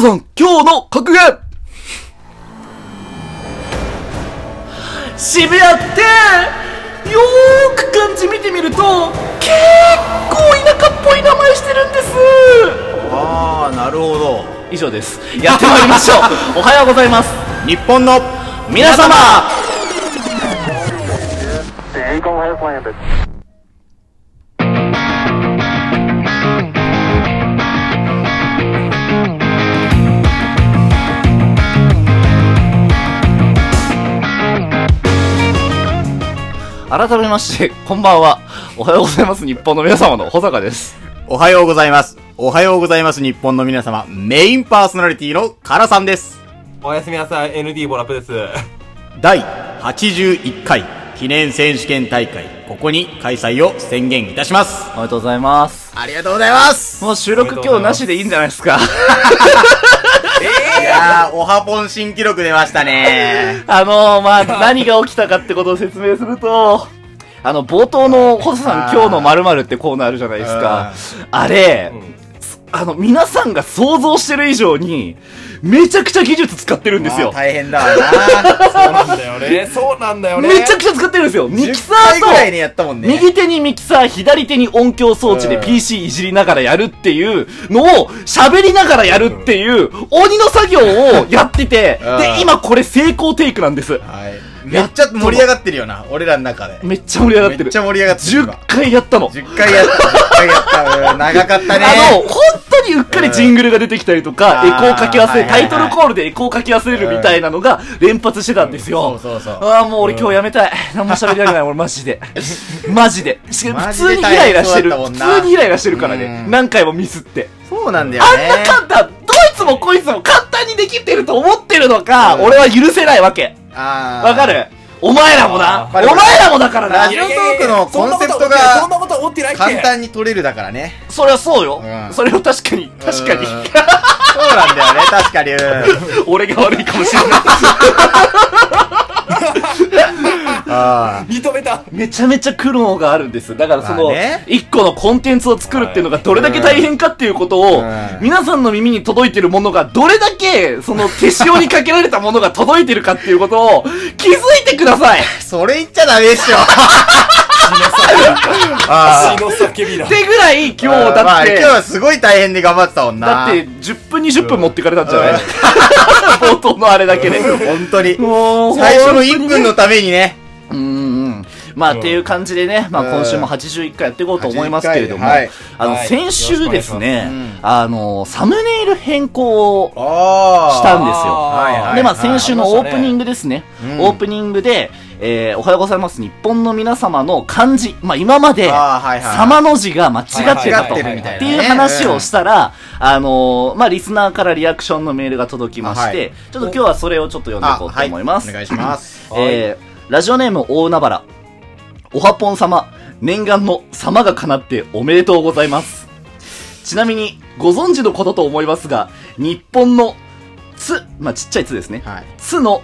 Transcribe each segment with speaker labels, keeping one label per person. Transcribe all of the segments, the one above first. Speaker 1: さん、今日の格言
Speaker 2: 渋谷ってよーく漢字見てみると結構田舎っぽい名前してるんです
Speaker 3: ああなるほど
Speaker 2: 以上ですやってまいりま しょうおはようございます
Speaker 3: 日本の
Speaker 2: 皆様
Speaker 4: The Eagle has landed.
Speaker 2: 改めましてこんばんはおはようございます日本の皆様の保坂です
Speaker 3: おはようございますおはようございます日本の皆様メインパーソナリティのカラさんです
Speaker 5: おやすみなさい、ND ボラップ です。
Speaker 3: 第81回記念選手権大会ここに開催を宣言いたします
Speaker 2: おめでとうございます
Speaker 3: ありがとうございます
Speaker 2: もう収録今日なしでいいんじゃないですか
Speaker 3: いやーおはぽん新記録出ましたね
Speaker 2: あのー、まあ何が起きたかってことを説明すると あの冒頭の細さん今日の〇〇ってコーナーあるじゃないですかあれ、あの皆さんが想像してる以上にめちゃくちゃ技術使ってるんですよ
Speaker 3: 大変だわな
Speaker 5: なんだよね。そうなんだよね。
Speaker 2: めちゃくちゃ使ってるんですよミキサ
Speaker 3: 10回ぐ
Speaker 2: ー
Speaker 3: らいに
Speaker 2: と
Speaker 3: やったもんね
Speaker 2: 右手にミキサー、左手に音響装置で
Speaker 3: うん
Speaker 2: PC いじりながらやるっていうのを喋りながらやるっていう鬼の作業をやってて、
Speaker 3: うん
Speaker 2: で、今これ成功テイクなんです。
Speaker 3: はいめっちゃ盛り上がってるよな俺らの中で
Speaker 2: めっちゃ盛り上がって
Speaker 3: めっ
Speaker 2: る
Speaker 3: ち。ゃ盛り上がってる
Speaker 2: 10回やったの。
Speaker 3: 10回やった10回やったうん長かったね
Speaker 2: あの、本当にうっかりジングルが出てきたりとか、
Speaker 3: うん
Speaker 2: エコーかけ忘れ、
Speaker 3: あー
Speaker 2: タイトルコールでエコーかけ忘れるみたいなのが連発してたんですよ。
Speaker 3: うんそうそうそう
Speaker 2: ああ、もう俺今日やめたい。何も喋りたく ない、俺マジで。マジで。しかも
Speaker 3: マ
Speaker 2: 普
Speaker 3: ジで
Speaker 2: 通にイライラしてる。
Speaker 3: 大変そ
Speaker 2: 普
Speaker 3: うだったもんな
Speaker 2: 通にイライラしてるからね。
Speaker 3: うん
Speaker 2: 何回もミスって。
Speaker 3: そうなんだよ
Speaker 2: あん
Speaker 3: ね
Speaker 2: な簡単、どいつもこいつも簡単にできてると思ってるのか、俺は許せないわけ。
Speaker 3: あー
Speaker 2: わかるお前らもな。
Speaker 5: あ
Speaker 2: お
Speaker 3: ー
Speaker 2: 前らもだからな
Speaker 3: ラジ。オトークのコンセプト
Speaker 5: そん
Speaker 3: が
Speaker 5: なこと思ってないって。
Speaker 3: 簡単に取れるだからね
Speaker 2: そりゃそうよ
Speaker 3: う。ん
Speaker 2: それは確かに、確かに。
Speaker 3: うんそうなんだよね確かにうん
Speaker 2: 俺が悪いかもしれない。
Speaker 3: あ
Speaker 5: 認めた。
Speaker 2: めちゃめちゃ苦労があるんです。だからそ
Speaker 3: ま
Speaker 2: の
Speaker 3: あね、
Speaker 2: 一個のコンテンツを作るっていうのがどれだけ大変かっていうことを
Speaker 3: うん、
Speaker 2: 皆さんの耳に届いてるものがどれだけ、その手塩にかけられたものが届いてるかっていうことを気づいてください
Speaker 3: ーそれ言っちゃダメでし ょあー
Speaker 5: 死の叫びだ
Speaker 2: っ。てぐらい今日
Speaker 3: ま
Speaker 2: だっ
Speaker 3: あ
Speaker 2: て、
Speaker 3: 今日はすごい大変で頑張ってたもんな
Speaker 2: だって10分20分持ってかれたんじゃない 冒頭のあれだけで。
Speaker 3: 本当に
Speaker 2: もう
Speaker 3: 最初の1分のためにね
Speaker 2: うんうんまあ、っていう感じでね、まあ、今週も81回やっていこうと思いますけれども、
Speaker 3: 81回はい
Speaker 2: あの、
Speaker 5: はい
Speaker 2: 先週ですね、
Speaker 3: よろしくお願いします
Speaker 2: あの、サムネイル変更を
Speaker 3: ああ
Speaker 2: したんですよ。
Speaker 5: はいはい
Speaker 2: で、まあ、先週のオープニングですね。
Speaker 3: うん
Speaker 2: オープニングで、えー、おはようございます、日本の皆様の漢字。まあ、今まで、
Speaker 3: あーはいはい
Speaker 2: 様の字が間違ってた
Speaker 3: 間違
Speaker 2: と。
Speaker 3: って
Speaker 2: っ
Speaker 3: るみたいなね
Speaker 2: ていう話をしたら、あのーまあ、リスナーからリアクションのメールが届きまして、
Speaker 3: はい
Speaker 2: ちょっと今日はそれをちょっと読んでいこうと思います。
Speaker 3: あはいお願いします
Speaker 2: えー、ラジオネーム大海原。おはぽん様、念願の様が叶っておめでとうございます。ちなみに、ご存知のことと思いますが、日本のつ、まあ、ちっちゃいつですね。
Speaker 3: はい
Speaker 2: つの、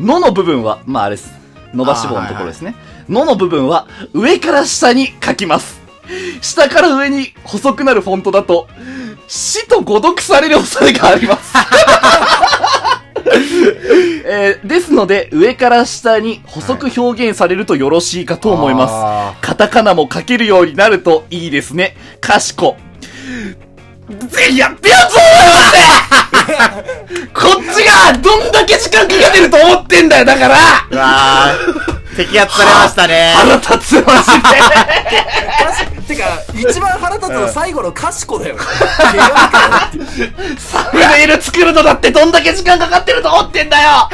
Speaker 2: のの部分は、まあ、あれです。伸ばし棒のところですね。のの部分は、上から下に書きます。下から上に細くなるフォントだと、死と誤読される恐れがあります。 えーですので、上から下に細く表現されるとよろしいかと思います。
Speaker 3: あ
Speaker 2: カタカナも書けるようになるといいですね。かしこ。ぜやってやるぞ お前こっちがどんだけ時間かけてると思ってんだよだから
Speaker 3: ーうわー摘発されましたね
Speaker 2: 腹立つマジ
Speaker 5: てか、一番腹立つの最後のかしこだよ。手紙か
Speaker 2: でサムネイル作るのだってどんだけ時間かかってると思ってんだよ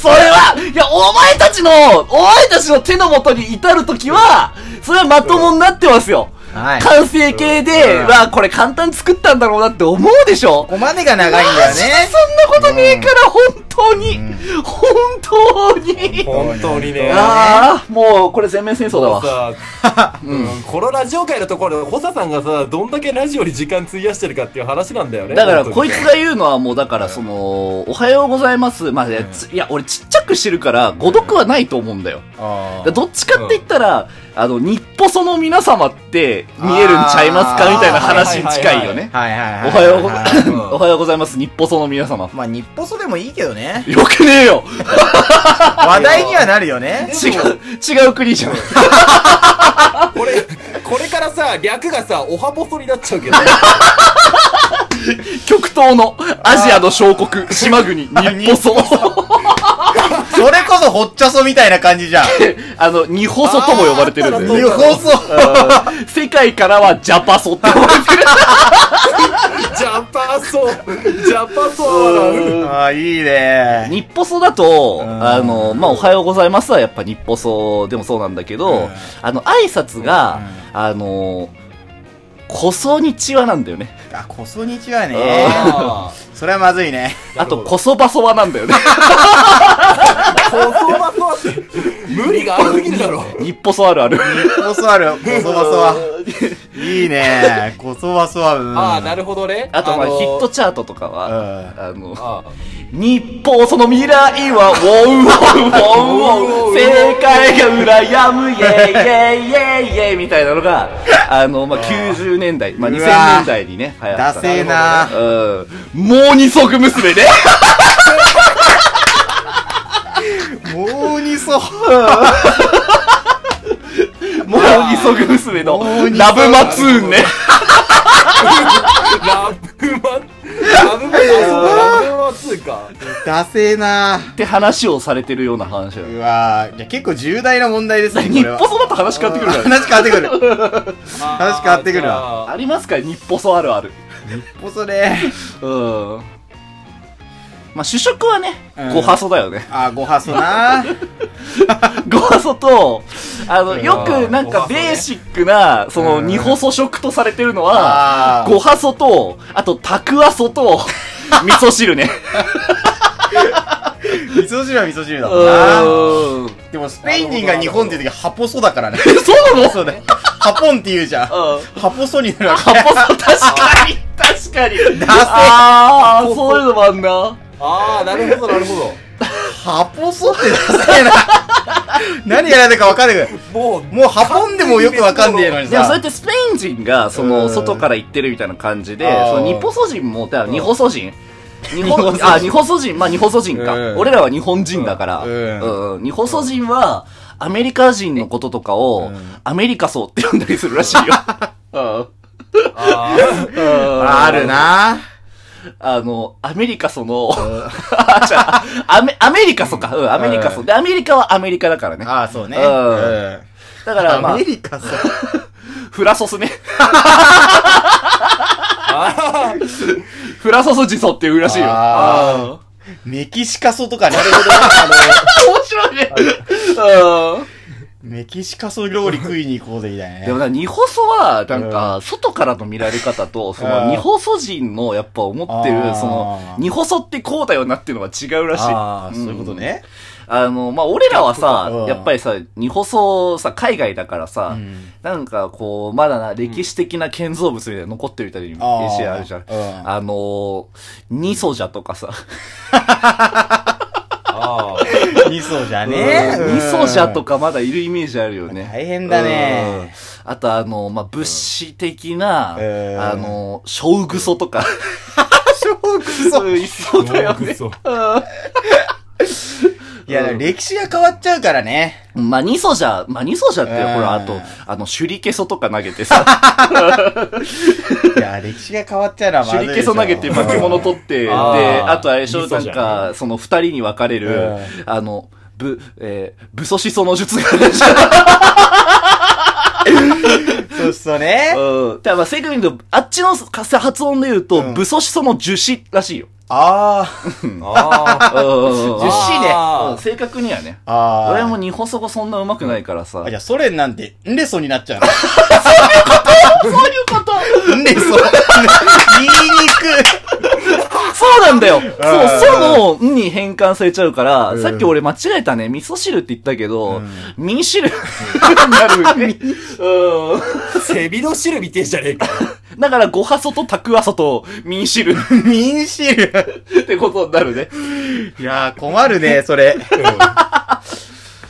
Speaker 2: それはいやお前たちのお前たちの手の元に至るときはそれはまともになってますよ、
Speaker 3: はい
Speaker 2: 完成形で、
Speaker 3: うん
Speaker 2: まあこれ簡単に作ったんだろうなって思うでしょ
Speaker 3: ここまでが長いんだよね
Speaker 2: そんなことねえから、本当当に、本当に、
Speaker 5: 本当に ね。
Speaker 2: ああ、もう、これ全面戦争だわ。
Speaker 5: さあ、 うん、このラジオ界のところで、ホサさんがさ、どんだけラジオに時間費やしてるかっていう話なんだよね。
Speaker 2: だから、
Speaker 5: 本
Speaker 2: こ
Speaker 5: 当
Speaker 2: い
Speaker 5: に
Speaker 2: つが言うのはもう、だから、その、おはようございます。まあ、いや、ついや俺ちっちゃくしてるから、誤読はないと思うんだよ。だ
Speaker 3: あ
Speaker 2: からどっちかって言ったら、あの、日ポその皆様って見えるんちゃいます
Speaker 3: あ
Speaker 2: か
Speaker 3: ー
Speaker 2: みたいな話に近いよね。
Speaker 3: あ。はいはい
Speaker 2: お
Speaker 3: はい。
Speaker 2: はようご、
Speaker 5: い
Speaker 2: おはようございます。日ポその皆様。
Speaker 3: まあ、日ポソでもいいけどね。
Speaker 2: よくねえよ
Speaker 3: 話題にはなるよね。
Speaker 2: 違う、違う国じゃん。
Speaker 5: これ、これからさ、略がさ、おはぼそになっち ゃうけど、
Speaker 2: 極東のアジアの小国、島国、 日ポソ。
Speaker 3: それこそ、ほっちゃそみたいな感じじゃん。
Speaker 2: あの、日ホソとも呼ばれてるん
Speaker 5: あーあったら
Speaker 2: で
Speaker 5: どう
Speaker 3: 日ポソ。
Speaker 2: 世界からはジャパソって呼ばれてる。
Speaker 5: ジャパソ、ジャパソは笑う。
Speaker 3: ああ、いいね。
Speaker 2: 日ポソだと、
Speaker 3: ん
Speaker 2: あの、まあ、おはようございますはやっぱ日ポソでもそうなんだけ
Speaker 3: う
Speaker 2: ど
Speaker 3: ん、
Speaker 2: あの、挨拶が、あの、こそにちはなんだよね。
Speaker 3: あ、こそにちはね。
Speaker 5: あ
Speaker 3: それはまずいね。
Speaker 5: ー
Speaker 2: あと、こそばそはなんだよ ね。
Speaker 5: こそばそは 無理があるすぎるだろ。
Speaker 2: 日ポソあるある。
Speaker 3: こそある、こそばそは。いいね。こそばそは、うん。
Speaker 5: ああ、なるほどね。
Speaker 2: あと、まあ、ヒ
Speaker 5: のー
Speaker 2: ットチャートとかは、
Speaker 3: うん。
Speaker 2: あの、
Speaker 5: あー
Speaker 2: 日本その未来はウ ォンウォンウォンウォン世界が羨むイェイイェイイェイイェイみたいなの があのまあ90年代まあ2000
Speaker 3: うわ
Speaker 2: 年代にね流行った
Speaker 3: ダセーな
Speaker 2: うんもう二足娘 ね
Speaker 3: もうにそ。
Speaker 2: もう二足娘のラブマツーンね
Speaker 5: ラブマン、ラブマン、あそうラブマンつう か。
Speaker 3: ダセーな
Speaker 2: って話をされてるような話だよ
Speaker 3: うわじゃあ結構重大な問題ですね、こ
Speaker 2: 日
Speaker 3: れは。
Speaker 2: 本そだと話変わってくるからね
Speaker 3: 話変わって くる。話変わってくるわ
Speaker 5: わ。
Speaker 2: ありますか日本そあるある
Speaker 3: もうそれ。
Speaker 2: うんまあ主食はね
Speaker 3: うん
Speaker 2: ごはそだよね
Speaker 3: あ、ごはそな
Speaker 2: ごわそと、あの、
Speaker 3: ん
Speaker 2: よくなんか
Speaker 5: ごわそね
Speaker 2: ベーシックな、その、
Speaker 3: うん
Speaker 2: 二細食とされてるのは、
Speaker 3: あー
Speaker 2: ごはそと、あと、たくあそ と、味噌汁ね。
Speaker 3: 味噌汁は味噌汁だ
Speaker 2: う
Speaker 3: もんな
Speaker 2: ーん。
Speaker 3: でもスペイン人が日本って言う時ハポソだからね。
Speaker 2: え そうなの
Speaker 3: そうね。ハポンって言うじゃん。
Speaker 2: うん。
Speaker 3: ハポソになるわけ。
Speaker 2: かっぽそ、確かに、確かに。
Speaker 3: せ
Speaker 2: あー、そういうのもあんな。
Speaker 5: ああ、なるほど、なるほど。
Speaker 3: ハポソってダサ いな。何やられたかわかんないけど。
Speaker 5: もう、
Speaker 3: もうハポンでもよくわかんねえのに
Speaker 2: でもそうやっ
Speaker 3: さ。
Speaker 2: てスペイン人が、そうの、
Speaker 3: ん
Speaker 2: 外から行ってるみたいな感じで、
Speaker 3: あー
Speaker 2: その、日細人も、だから、日細人。日
Speaker 3: 日
Speaker 2: 本
Speaker 3: 本、人
Speaker 2: あ、日細人、まあ、日細人か
Speaker 3: う。ん
Speaker 2: 俺らは日本人だから、
Speaker 3: う
Speaker 2: うんん。日細人は、アメリカ人のこととかを、アメリカ層って呼んだりするらしい よ。うん
Speaker 5: あ
Speaker 3: ある。な
Speaker 2: あの、アメリカ層の、 あ、じゃあアメ、アメリカ層か。うん、アメリカ層。で、アメリカはアメリカだからね。
Speaker 3: あーそうね。
Speaker 2: うん
Speaker 3: う
Speaker 2: だから、
Speaker 3: ん。
Speaker 2: ま
Speaker 3: ア
Speaker 2: あ
Speaker 3: メ、リカさ。
Speaker 2: フラソスね。
Speaker 5: あー、
Speaker 2: フラソス自ソっていうらしいよ。
Speaker 3: あー
Speaker 2: うん
Speaker 3: メキシカソとかね。
Speaker 2: 面白いね。うん。
Speaker 3: メキシカソ料理食いに行こうでみたいな
Speaker 2: でも
Speaker 3: ね。
Speaker 2: な、二細は、なんか、外からの見られ方と、そ
Speaker 3: うん
Speaker 2: の、二細人の、やっぱ思って
Speaker 3: あ
Speaker 2: る、
Speaker 3: ー
Speaker 2: その、二細ってこうだよなっていうのは違うらしい。
Speaker 3: ああ、そういうこと
Speaker 2: ん。
Speaker 3: ね。
Speaker 2: あの、まあ、俺らは
Speaker 3: う
Speaker 2: さ
Speaker 3: ん、
Speaker 2: やっぱりさ、二細さ、海外だからさ、
Speaker 3: ん
Speaker 2: なんかこう、まだな、歴史的な建造物みたいなの残ってるみたいに、
Speaker 3: あー
Speaker 2: 歴史あるじゃん。
Speaker 3: うん
Speaker 2: あのー、二ソじゃとかさ、
Speaker 5: あー。
Speaker 3: 二層じゃねえ。
Speaker 2: 二ソじゃと
Speaker 3: か。
Speaker 2: かまだいるイメージあるよね。
Speaker 3: 大変だね。
Speaker 2: うん。あとあの、まあ、物資的な、
Speaker 3: うん
Speaker 2: あの、小ぐそ とか。
Speaker 3: 超ク
Speaker 2: そういそうだよね。
Speaker 5: そう
Speaker 3: いや、歴史が変わっちゃうからね。
Speaker 2: まあ、二ソじゃ、まあ、二ソじゃって、
Speaker 3: うん
Speaker 2: ほら、あと、あの、手裏ケソとか投げて さ、
Speaker 3: いや、歴史が変わっちゃうのはま
Speaker 2: 手
Speaker 3: ずい
Speaker 2: 裏
Speaker 3: で
Speaker 2: ケ
Speaker 3: しょ
Speaker 2: ソ投げて巻 物取って、で、
Speaker 5: あー
Speaker 2: あとあれでしょ、
Speaker 5: 二層
Speaker 2: なん
Speaker 5: じゃん
Speaker 2: か、その二人に分かれる、
Speaker 3: うん
Speaker 2: あの、ぶ、えー、武祖思想の術があるじゃん。
Speaker 3: そう そうね。
Speaker 2: うん。ただまあ、正確に言うと、あっちの発音で言うと、
Speaker 3: ん
Speaker 2: 武祖思想の樹脂らしいよ。
Speaker 3: あ
Speaker 5: あ
Speaker 2: うんうんうん
Speaker 3: あ。樹脂
Speaker 5: あ
Speaker 3: ね。
Speaker 5: ー
Speaker 2: うん正確にはね。
Speaker 3: ああ。
Speaker 2: 俺も日本そこそんな上手くないからさ。
Speaker 3: あ、じゃあソ連なんて、んれそになっちゃうの。
Speaker 2: そういうこと
Speaker 3: んれそ。言いにくい。
Speaker 2: そうそうなんだよ
Speaker 3: あー
Speaker 2: そう、その、んに変換されちゃうから、さっき俺間違えたね。味噌汁って言ったけど、ミン汁 なるね。う
Speaker 5: セビド汁見てえじゃねえか。
Speaker 2: ん。だから、ごはそとたくわそと、ミン汁
Speaker 3: 民主
Speaker 2: ってことになるね。
Speaker 3: いやー、困るね、それ。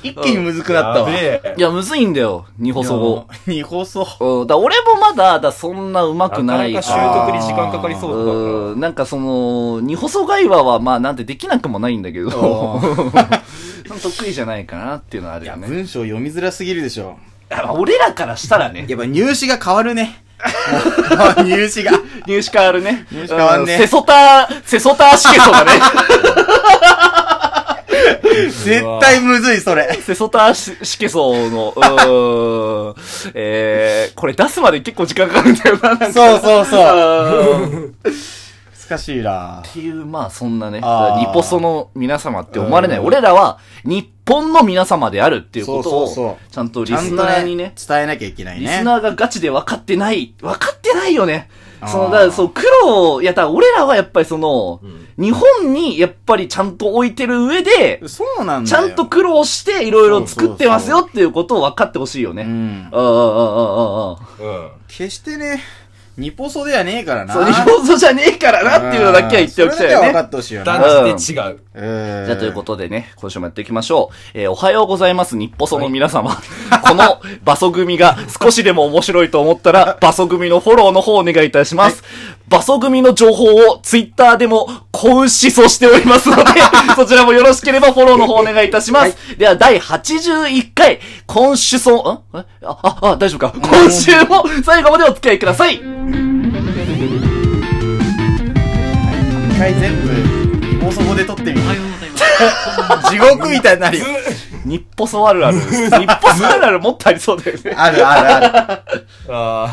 Speaker 3: 一気にむずくなったわ。
Speaker 5: やべえ
Speaker 2: いや、むずいんだよ。二放送後。
Speaker 3: 二放送。
Speaker 2: うん。だから俺もまだ、だそんな上手くない
Speaker 5: なかなか習得に時間かかりそうだから。
Speaker 2: うんなんかその、二細貝話はまあなんてできなくもないんだけ ど、
Speaker 3: お
Speaker 2: 得意じゃないかなっていうのはある
Speaker 3: いや、
Speaker 2: よね。
Speaker 3: 文章読みづらすぎるでしょ。
Speaker 2: あ俺らからしたらね、
Speaker 3: やっぱ入試が変わるね。もう 入試が。
Speaker 2: 入試変わるね。
Speaker 3: 入試変わんね
Speaker 2: うんセソタ、セソタ足ケソだ ね。
Speaker 3: 絶対むずい、それ。
Speaker 2: セソタ足ケソの、うーん。えー、これ出すまで結構時間かかるんだよな。なんか
Speaker 3: そうそうそう。
Speaker 2: うんっ
Speaker 3: 難しいな
Speaker 2: ていう、まあそんなね、
Speaker 3: あー
Speaker 2: ニポソの皆様って思われない。俺らは、日本の皆様であるっていうこと
Speaker 3: そうそうそ
Speaker 2: を、
Speaker 3: う
Speaker 2: ちゃんと
Speaker 3: ち
Speaker 2: リ
Speaker 3: ゃん
Speaker 2: ス
Speaker 3: と
Speaker 2: ナーにね
Speaker 3: ね、、伝えなきゃいけない
Speaker 2: リ
Speaker 3: ね
Speaker 2: ス。ナーがガチで分かってない、分かってないよね。その、
Speaker 3: あ
Speaker 2: だ
Speaker 3: ー
Speaker 2: から、そう、苦労、いや、だから俺らはやっぱりその、日本にやっぱりちゃんと置いてる上で、
Speaker 3: そうなんだ
Speaker 2: ちゃ
Speaker 3: よ。
Speaker 2: んと苦労していろいろ作ってますよっていうことを分かってほしいよね。
Speaker 3: う
Speaker 2: うん
Speaker 3: ん。
Speaker 2: うんうんうんうんうん。
Speaker 5: うん。
Speaker 3: 決してね、二ポソではねえからな。
Speaker 2: そう、リポートじゃねえからなっていうのだけは言っておきたいよ
Speaker 3: うんそれだけは分か
Speaker 2: ね。
Speaker 3: ってほしいよな。
Speaker 5: 断じて違う。
Speaker 2: じ
Speaker 3: じ
Speaker 2: ゃあということでね、今週もやっていきましょう。えーおはようございます、日ポソの皆様。 このバソ組が少しでも面白いと思ったら、 バソ組のフォローの方お願いいたします。バソ組の情報をツイッターでも、こうしそしておりますので、そちらもよろしければフォローの方お願いいたします。では、第81回、今週そ、んえあ、あ、あ、大丈夫か。今週も最後までお付き合いください。
Speaker 3: 一回全部、二ポソ語で撮ってみる。地獄みたいになるよ。
Speaker 2: 日ポソある ある。日ポソあるあるもっとありそうだよね。
Speaker 3: あるあるある。
Speaker 5: ああ。